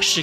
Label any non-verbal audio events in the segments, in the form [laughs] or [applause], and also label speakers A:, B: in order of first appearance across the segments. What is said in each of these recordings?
A: 是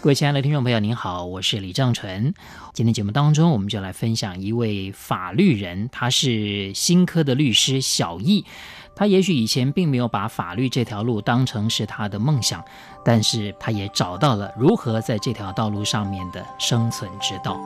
A: 各位亲爱的听众朋友，您好，我是李正淳。今天节目当中，我们就来分享一位法律人，他是新科的律师小易。他也许以前并没有把法律这条路当成是他的梦想，但是他也找到了如何在这条道路上面的生存之道。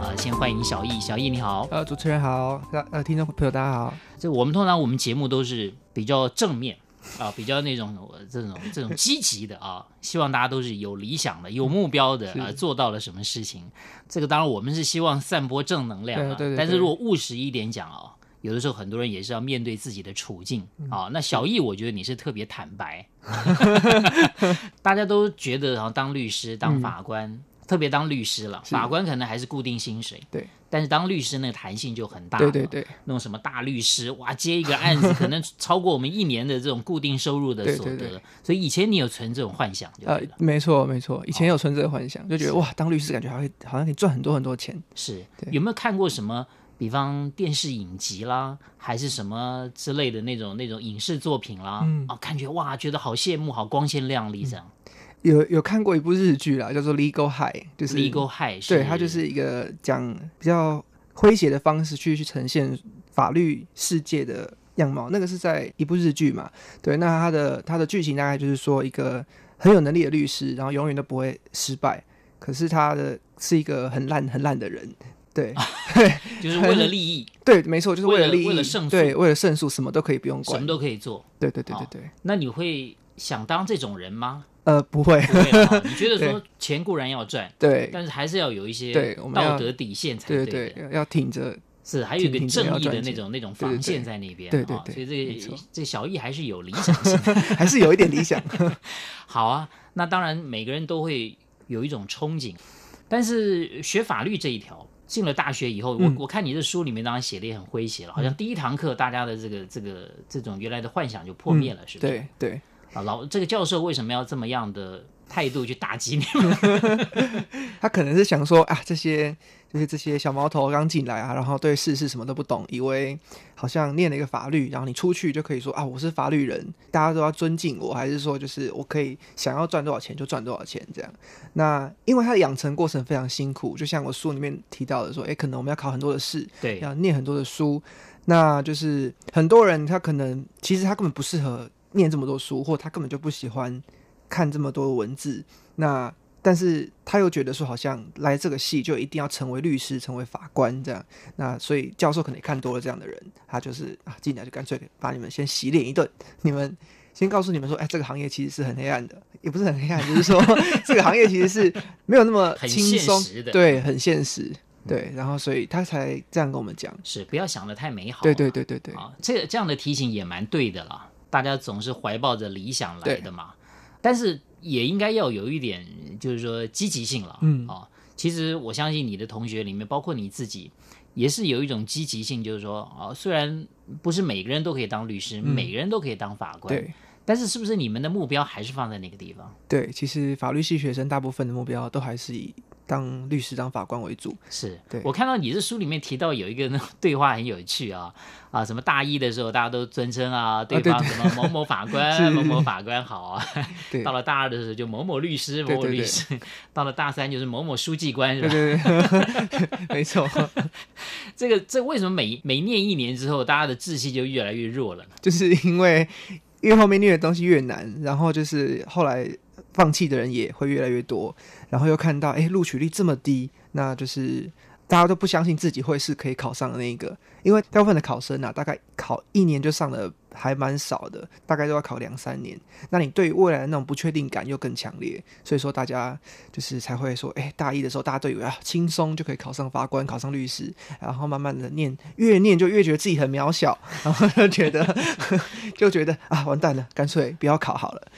A: 呃，先欢迎小易，小易你好。
B: 呃，主持人好，那呃，听众朋友大家好。
A: 这我们通常我们节目都是比较正面啊，比较那种呃这种这种积极的啊，希望大家都是有理想的、有目标的
B: 是
A: 啊，做到了什么事情。这个当然我们是希望散播正能量啊，
B: 对对对
A: 但是如果务实一点讲啊。有的时候，很多人也是要面对自己的处境
B: 嗯
A: 啊。那小易，我觉得你是特别坦白， [laughs] 大家都觉得，然后当律师、当法官，特别当律师了，
B: 嗯是
A: 法官可能还是固定薪水，
B: 对，
A: 但是当律师那个弹性就很大了。
B: 对对对
A: 那种什么大律师，哇，接一个案子可能超过我们一年的这种固定收入的
B: 对
A: 所
B: 对
A: 得，
B: 对
A: 所以以前你有存这种幻想就
B: 呃
A: 对了，，
B: 没错没错，以前有存这个幻想，就觉
A: 哦
B: 得哇，当律师感觉好像好像可以赚很多很多钱。
A: 是
B: 对
A: 有没有看过什么？比方电视影集啦，还是什么之类的那种那种影视作品啦，
B: 嗯
A: 啊，感觉哇，觉得好羡慕，好光鲜亮丽这样。
B: 有有看过一部日剧啦，叫做《Legal High》，就是
A: Legal High 是
B: 对，它就是一个讲比较诙谐的方式去去呈现法律世界的样貌。那个是在一部日剧嘛？对，那它的它的剧情大概就是说，一个很有能力的律师，然后永远都不会失败，可是他的是一个很烂很烂的人。对
A: 就是为了利
B: [laughs]
A: 益，
B: 对，没错，就是
A: 为了
B: 利益，
A: 为了胜诉
B: 对，为了胜诉，什么都可以不用
A: 什
B: 管
A: 么。都可以做。
B: 对对对
A: 哦
B: 对对，
A: 那你会想当这种人
B: [laughs]
A: 吗？
B: 呃，不会，
A: 不会啊，你觉得说钱固然要赚，
B: 对
A: 但是还是要有一些
B: 对我们要
A: 道德底线才
B: 对
A: 的
B: 对，要要挺着，
A: 是，还有一个
B: 挺挺
A: 正
B: 要
A: 义
B: 赚
A: 的那
B: 钱
A: 种那种
B: 对对
A: 防
B: 对
A: 线在那边，
B: 对对
A: 啊
B: 对
A: 所以
B: 没
A: 这个
B: 错
A: 这小易还是有理想性。
B: 还是有一点理想。
A: 好啊，那当然每个人都会有一种憧憬，但是学法律这一条。进了大学以后，我
B: 嗯
A: 我看你这书里面当然写的也很诙谐了，好像第一堂课大家的这个这个这种原来的幻想就破灭了， [laughs] 是不是？
B: 嗯对对，
A: 啊，老这个教授为什么要这么样的态度去打击你？ [laughs]
B: 他可能是想说啊，这些就是这些小毛头刚进来啊，然后对世事什么都不懂，以为好像念了一个法律，然后你出去就可以说啊，我是法律人，大家都要尊敬我，还是说就是我可以想要赚多少钱就赚多少钱这样？那因为他的养成过程非常辛苦，就像我书里面提到的说，诶，可能我们要考很多的试，
A: 对，
B: 要念很多的书，那就是很多人他可能其实他根本不适合念这么多书，或他根本就不喜欢看这么多文字。那但是他又觉得说，好像来这个系就一定要成为律师、成为法官这样。那所以教授可能也看多了这样的人，他就是啊进来就干脆把你们先洗脸一顿，你们。先告诉你们说，哎，这个行业其实是很黑暗的，也不是很黑暗，就是说 [laughs] 这个行业其实是没有那么
A: 很
B: 轻
A: 现
B: 松
A: 实的，
B: 对，很现实，对，然后所以他才这样跟我们讲。
A: 是不要想的太美好。
B: 对对对对对，
A: 啊，这这样的提醒也蛮对的啦。大家总是怀抱着理想来
B: 对
A: 的嘛，但是也应该要有一点，就是说积极性了。
B: 嗯
A: 啊，其实我相信你的同学里面，包括你自己，也是有一种积极性，就是说啊，虽然不是每个人都可以当律师，
B: 嗯
A: 每个人都可以当法官，
B: 对
A: 但是是不是你们的目标还是放在那个地方？
B: 对，其实法律系学生大部分的目标都还是以当律师、当法官为主。
A: 是
B: 对
A: 我看到你这书里面提到有一个那种对话很有趣啊啊，什么大一的时候大家都尊称啊对
B: 对对
A: 方什么某某法官、
B: [laughs] 是
A: 某某法官好啊，
B: 对
A: 到了大二的时候就某某律师、某
B: 对
A: 某
B: 对
A: 律
B: 对
A: 师， [laughs] 到了大三就是某某书记官，是
B: 对
A: 吧？
B: 对对，没错，
A: 这个这为什么每每念一年之后，大家的志气就越来越弱了呢？
B: 就是 [laughs] 因为越后面念的东西越难，然后就是后来放弃的人也会越来越多，然后又看到哎录取率这么低，那就是。大家都不相信自己会是可以考上的那一个，因为大部分的考生啊，大概考一年就上了还蛮少的，大概都要考两三年。那你对于未来的那种不确定感又更强烈，所以说大家就是才会说，哎、大一的时候大家都以为啊，轻松就可以考上法官、考上律师，然后慢慢的念，越念就越觉得自己很渺小，然后就觉得就觉得啊，完蛋了，干脆不要考好了。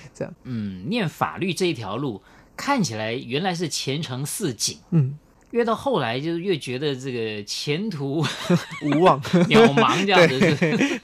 A: 嗯，念法律这一条路看起来原来是前程似锦，
B: 嗯，
A: 越到后来就越觉得这个前途 [laughs]
B: 无望，
A: 渺茫，这样
B: [laughs]
A: 子是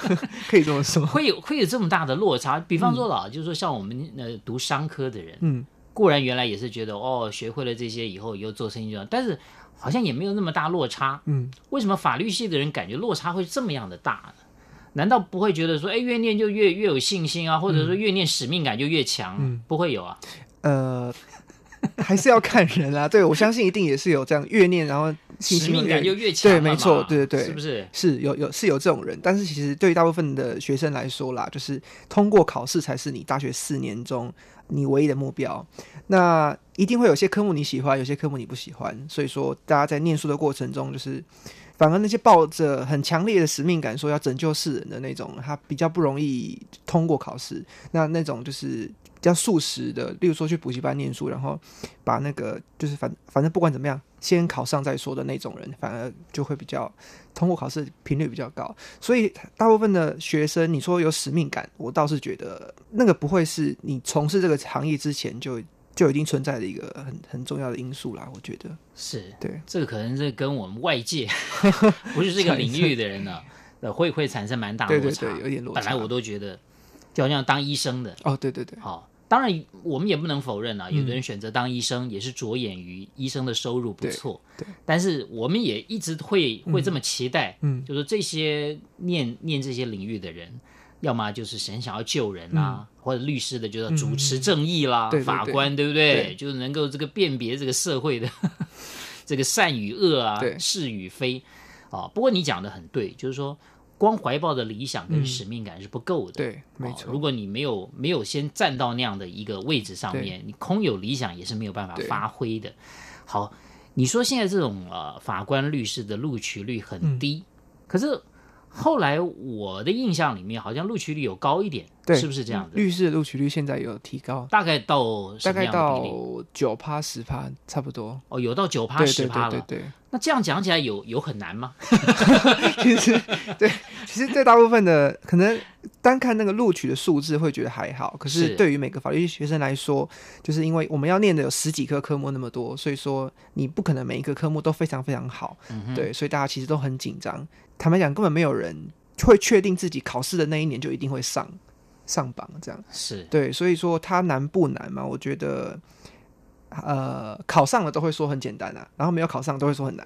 B: 可以这么说。
A: 会有会有这么大的落差。比方说啦，就是说像我们呃读商科的人，
B: 嗯，
A: 固然原来也是觉得哦，学会了这些以后以后做生意就好，但是好像也没有那么大落差。
B: 嗯，
A: 为什么法律系的人感觉落差会这么样的大呢？难道不会觉得说，哎，越念就越越有信心啊，或者说越念使命感就越强？
B: 嗯
A: 不会有啊。
B: 呃， [laughs] 还是要看人啦、对，我相信一定也是有这样越念，然后信
A: 使
B: 心
A: 命
B: 越
A: 感就越强了嘛
B: 对没错对对对
A: 是不是？
B: 是有有是有这种人，但是其实对于大部分的学生来说啦，就是通过考试才是你大学四年中你唯一的目标。那一定会有些科目你喜欢，有些科目你不喜欢，所以说大家在念书的过程中，就是反而那些抱着很强烈的使命感，说要拯救世人的那种，他比较不容易通过考试。那那种就是。比较速食的，例如说去补习班念书，然后把那个就是反反正不管怎么样，先考上再说的那种人，反而就会比较通过考试频率比较高，所以大部分的学生，你说有使命感，我倒是觉得那个不会是你从事这个行业之前就就已经存在的一个很很重要的因素啦。我觉得，
A: 是
B: 对，
A: 这个可能是跟我们外
B: [laughs]
A: 界不是这个领域的人呢、呃，会会产生蛮大的
B: 对
A: 落
B: 对
A: 差。
B: 对，有点落差。
A: 本来我都觉得，就好像当医生的，
B: 哦，对对对，嗯
A: 好、当然我们也不能否认啊，有的人选择当医生也是着眼于医生的收入不错，
B: 对
A: 但是我们也一直会会这么期待，
B: 嗯
A: 就是这些念念这些领域的人。要么就是很想要救人啊，或者律师的就是要主持正义啦，
B: 嗯对对对
A: 法官对不对？
B: 对
A: 就是能够这个辨别这个社会的这个善与恶啊
B: 对，
A: 是与非啊。不过你讲的很对，就是说光怀抱的理想跟
B: 嗯
A: 使命感是不够的，
B: 对，没
A: 哦
B: 错。
A: 如果你没有没有先站到那样的一个位置上面，你空有理想也是没有办法
B: 对
A: 发挥的。好，你说现在这种呃法官、律师的录取率很低，
B: 嗯
A: 可是后来我的印象里面好像录取率有高一点，
B: 对，
A: 是不是这样的？
B: 律师的录取率现在有提高，
A: 大概到什
B: 大
A: 么
B: 概
A: 样的
B: 到
A: 比例？
B: 九趴十趴差不多。
A: 哦，有到九趴
B: 对
A: 十
B: 对
A: 趴
B: 对对
A: 了。
B: 对。
A: 那这样讲起来有有很难吗？
B: [laughs] 其实对，其实对大部分的可能单看那个录取的数字会觉得还好，可
A: 是
B: 是对于每个法律学生来说，就是因为我们要念的有十几科科目那么多，所以说你不可能每一个科目都非常非常好，对，所以大家其实都很紧张。坦白讲，根本没有人会确定自己考试的那一年就一定会上上榜这样。
A: 是
B: 对，所以说它难不难嘛？我觉得，呃，考上了都会说很简单啊，然后没有考上都会说很难。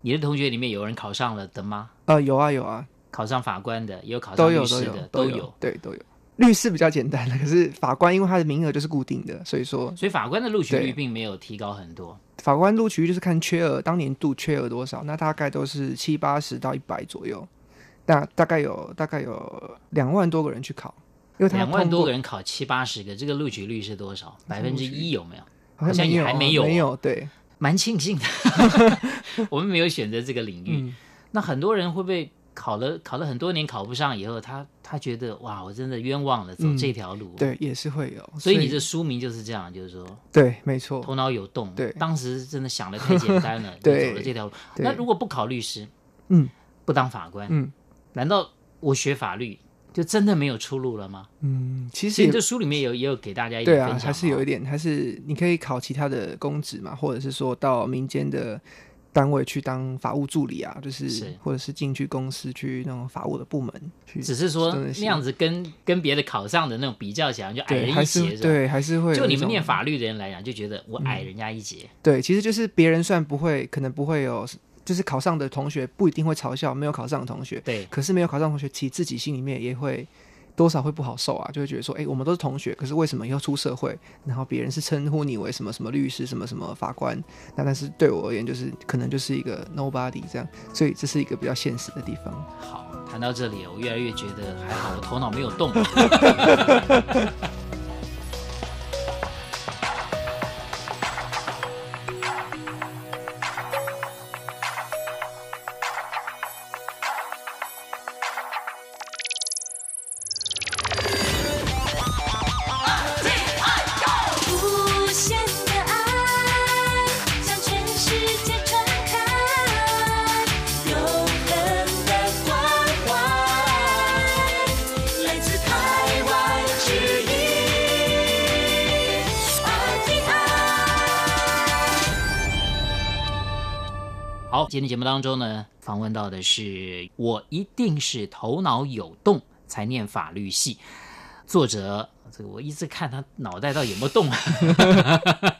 A: 你的同学里面有人考上了的吗？
B: 呃，有啊有啊，
A: 考上法官的，也有考上
B: 都有
A: 律
B: 都
A: 师
B: 有
A: 的，
B: 都有，对都有。律师比较简单的，可是法官因为他的名额就是固定的，所以说
A: 所以法官的录取率
B: 对
A: 并没有提高很多。
B: 法官录取率就是看缺额，当年度缺额多少，那大概都是七八十到一百左右，那大概有大概有两万多个人去考，因为他
A: 两万多个
B: 人
A: 人考七八十个，这个录取率是多少？百分之一有没有？
B: 好像
A: 好像也还没
B: 没
A: 有哦
B: 有没有对，
A: 蛮庆
B: [laughs]
A: 幸的，我们没有选择这个领
B: 嗯
A: 域。那很多人会不会考了考了很多年考不上以后，他他觉得哇，我真的冤枉了，走
B: 嗯
A: 这条路。，
B: 对也是会有，
A: 所以你这书名就是这样，就是说
B: 对没错，
A: 头脑有洞。
B: 对
A: 当时真的想的太简单
B: [laughs]
A: 了，就
B: 对
A: 走了这条路。
B: 对
A: 那如果不考律师，
B: 嗯，
A: 不当法官，
B: 嗯，
A: 难道我学法律就真的没有出路了吗？
B: 嗯，其实
A: 其实
B: 也
A: 你这书里面有也有给大家一点
B: 对
A: 分享
B: 啊，
A: 嘛，
B: 还是有一点，还是你可以考其他的公职嘛，或者是说到民间的单位去当法务助理啊，就是
A: 是
B: 或者是进去公司去那种法务的部门去，
A: 只是说
B: 真的
A: 那
B: 是
A: 样子跟跟别的考上的那种比较起来，就矮
B: 对，
A: 人
B: 还
A: 一截
B: 是
A: 是吧？
B: 对，还是会有
A: 就你
B: 一
A: 们
B: 种嗯
A: 念法律的人来讲，就觉得我矮人家一截，
B: 对，其实就是别人虽然不会，可能不会有，就是考上的同学不一定会嘲笑没有考上的同学，
A: 对，
B: 可是没有考上的同学，其实自己心里面也会多少会不好受啊，就会觉得说，哎、我们都是同学，可是为什么要出社会，然后别人是称呼你为什么什么律师、什么什么法官，那但是对我而言，就是可能就是一个 nobody 这样，所以这是一个比较现实的地方。
A: 好，谈到这里，我越来越觉得还好，我头脑没有动。好，今天节目当中呢，访问到的是我一定是头脑有洞才念法律系，作者这个我一直看他脑袋到底有没有洞，啊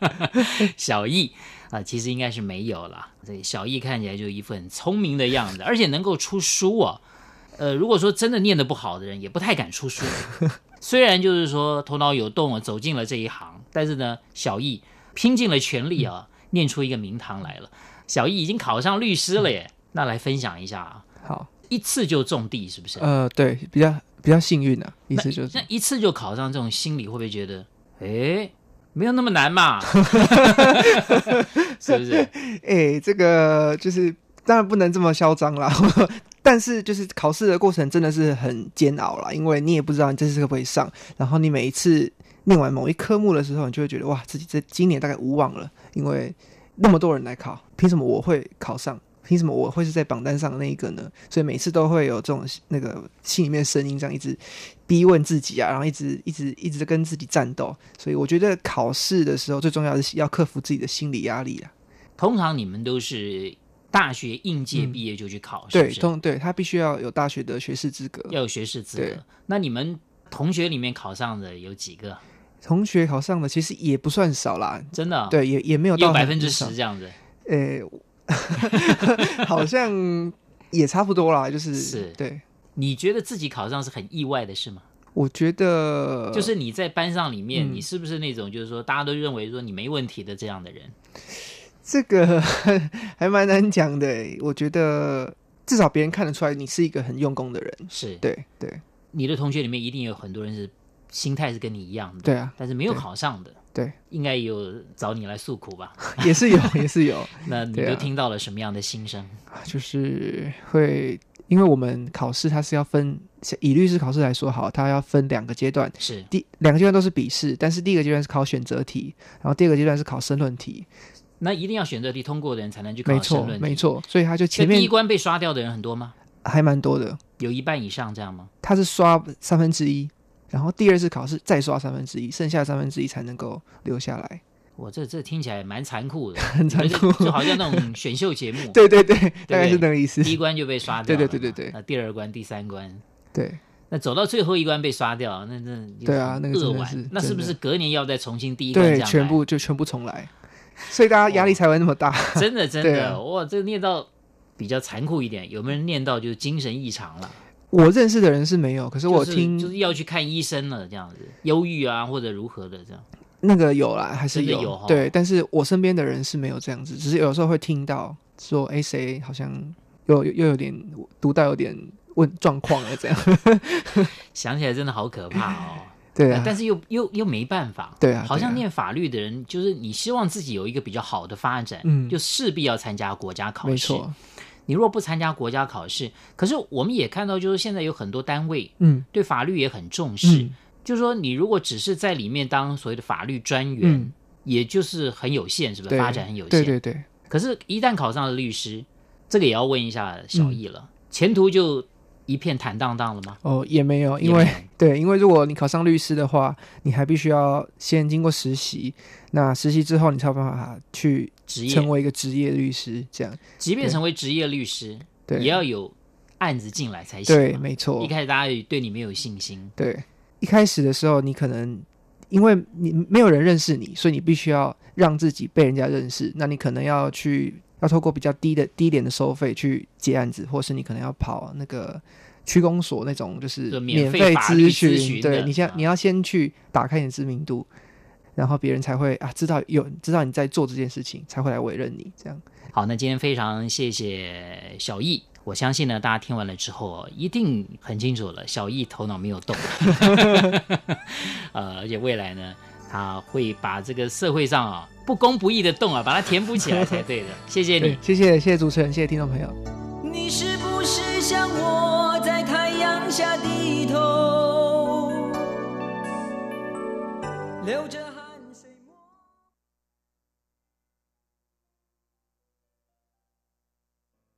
A: [laughs] 小易啊、其实应该是没有了。这小易看起来就一副很聪明的样子，而且能够出书啊。呃，如果说真的念得不好的人，也不太敢出书。虽然就是说头脑有洞啊，走进了这一行，但是呢，小易拼尽了全力啊，念出一个名堂来了。小易已经考上律师了耶，那来分享一下啊，
B: 好，
A: 一次就中地是不是？
B: 呃，对，比较比较幸运啊，意思就是
A: 那一次就考上这种心理会不会觉得，哎，没有那么难嘛？ [laughs] 是不是？
B: 哎、这个就是当然不能这么嚣张啦， [laughs] 但是就是考试的过程真的是很煎熬啦，因为你也不知道你这次会不会上，然后你每一次念完某一科目的时候，你就会觉得哇，自己这今年大概无望了，因为那么多人来考，凭什么我会考上？凭什么我会是在榜单上的那一个呢？所以每次都会有这种那个心里面的声音，这样一直逼问自己啊，然后一直一直一直跟自己战斗。所以我觉得考试的时候最重要的是要克服自己的心理压力啊。
A: 通常你们都是大学应届毕业就去考，是
B: 对，
A: 不是？
B: 通对他必须要有大学的学士资格。
A: 要有学士资
B: 对
A: 格。那你们同学里面考上的有几个？
B: 同学考上的其实也不算少啦，
A: 真的啊、
B: 对，也也没有
A: 也有
B: 到
A: 百分之
B: 很
A: 十这样子。
B: 少，呃， [laughs] 好像也差不多啦，就是
A: 是
B: 对，
A: 你觉得自己考上是很意外的事吗？
B: 我觉得
A: 就是你在班上里面，
B: 呃嗯
A: 你是不是那种就是说大家都认为说你没问题的这样的人？
B: 这个 [laughs] 还蛮难讲的欸，我觉得至少别人看得出来你是一个很用功的人，
A: 是，
B: 对对
A: 你的同学里面一定有很多人是心态是跟你一样的，
B: 对啊，
A: 但是没有
B: 对
A: 考上的，
B: 对，
A: 应该也有找你来诉苦吧？
B: 也是有也是有， [laughs]
A: 那你
B: 对啊
A: 都听到了什么样的心声？
B: [laughs] 就是会因为我们考试它是要分，以律师考试来说好，它要分两个阶段。
A: 是
B: 第两个阶段都是笔试，但是第一个阶段是考选择题，然后第二个阶段是考申论题。
A: 那一定要选择题通过的人才能去考
B: 没
A: 申
B: 错，
A: 论题。
B: 没错，所以他就
A: 那
B: 前
A: 第一
B: 面
A: 关被刷掉的人很多吗？
B: 还蛮多的，
A: 有一半以上这样吗？
B: 他是刷三分之一，然后第二次考试再刷三分之一，剩下三分之一才能够留下来。
A: 我这这听起来蛮残酷的，
B: [laughs] 很残
A: 你
B: 酷，
A: 们就就好像那种选秀节目
B: [laughs] 对对对，大概是那个意思。
A: 第一关就被刷掉了嘛，
B: 对对对对对
A: 那第二关、第三关，
B: 对，
A: 那走到最后一关被刷掉，那那有
B: 对啊那个真的
A: 扼腕
B: 是
A: 那是不
B: 真的
A: 是隔年要再重新第一关这
B: 对，
A: 样来
B: 全部就全部重来，所以大家压力才会那么大。 [laughs]
A: 真的真
B: 对
A: 的、
B: 啊
A: 哇，这个念到比较残酷一点，有没有人念到就是精神异常了？
B: 我认识的人是没有，可是我
A: 就是
B: 听
A: 就是要去看医生了，这样子，忧郁啊或者如何的这样。
B: 那个有啦，还是
A: 真的
B: 有。
A: 有哦
B: 对，但是我身边的人是没有这样子，只是有时候会听到说，哎、谁好像又又又有点读到有点问状况了这样。
A: [laughs] 想起来真的好可怕哦，
B: 对啊，
A: 但是又又又没办法，
B: 对啊
A: 好
B: 对
A: 像
B: 啊
A: 念法律的人，就是你希望自己有一个比较好的发展，
B: 嗯
A: 就势必要参加国家考试。
B: 没错，
A: 你若不参加国家考试，可是我们也看到，就是现在有很多单位
B: 嗯
A: 对法律也很重视，
B: 嗯
A: 就是说你如果只是在里面当所谓的法律专员，
B: 嗯，
A: 也就是很有限，是不是？
B: 对，
A: 发展很有限。
B: 对对对，
A: 可是，一旦考上了律师，这个也要问一下小易
B: 嗯
A: 了，前途就一片坦荡荡了吗？
B: 哦，也没有，因
A: 也
B: 为 [laughs]
A: 没有
B: 对，因为如果你考上律师的话，你还必须要先经过实习，那实习之后你才有办法去
A: 职
B: 成
A: 业，
B: 为一个职业律师，这样
A: 即便
B: 对
A: 成为职业律师，
B: 对，
A: 也要有案子进来才行嘛。啊
B: 对，没错，
A: 一开始大家也对你没有信心，
B: 对，一开始的时候，你可能因为你没有人认识你，所以你必须要让自己被人家认识。那你可能要去要透过比较低的低廉的收费去接案子，或是你可能要跑那个区公所那种就是
A: 就免费
B: 费
A: 法律
B: 咨
A: 咨询的
B: 对你先
A: 啊
B: 你要先去打开你的知名度。然后别人才会啊，知道有知道你在做这件事情，才会来委任你这样。
A: 好，那今天非常谢谢小易。我相信呢，大家听完了之后一定很清楚了，小易头脑没有动， [laughs] 呃，而且未来呢，他会把这个社会上啊不公不义的洞啊，把它填补起来才对的。谢谢你
B: 对，。谢谢谢谢主持人，谢谢听众朋友。
C: 你是不是像我在太阳下低头，流着。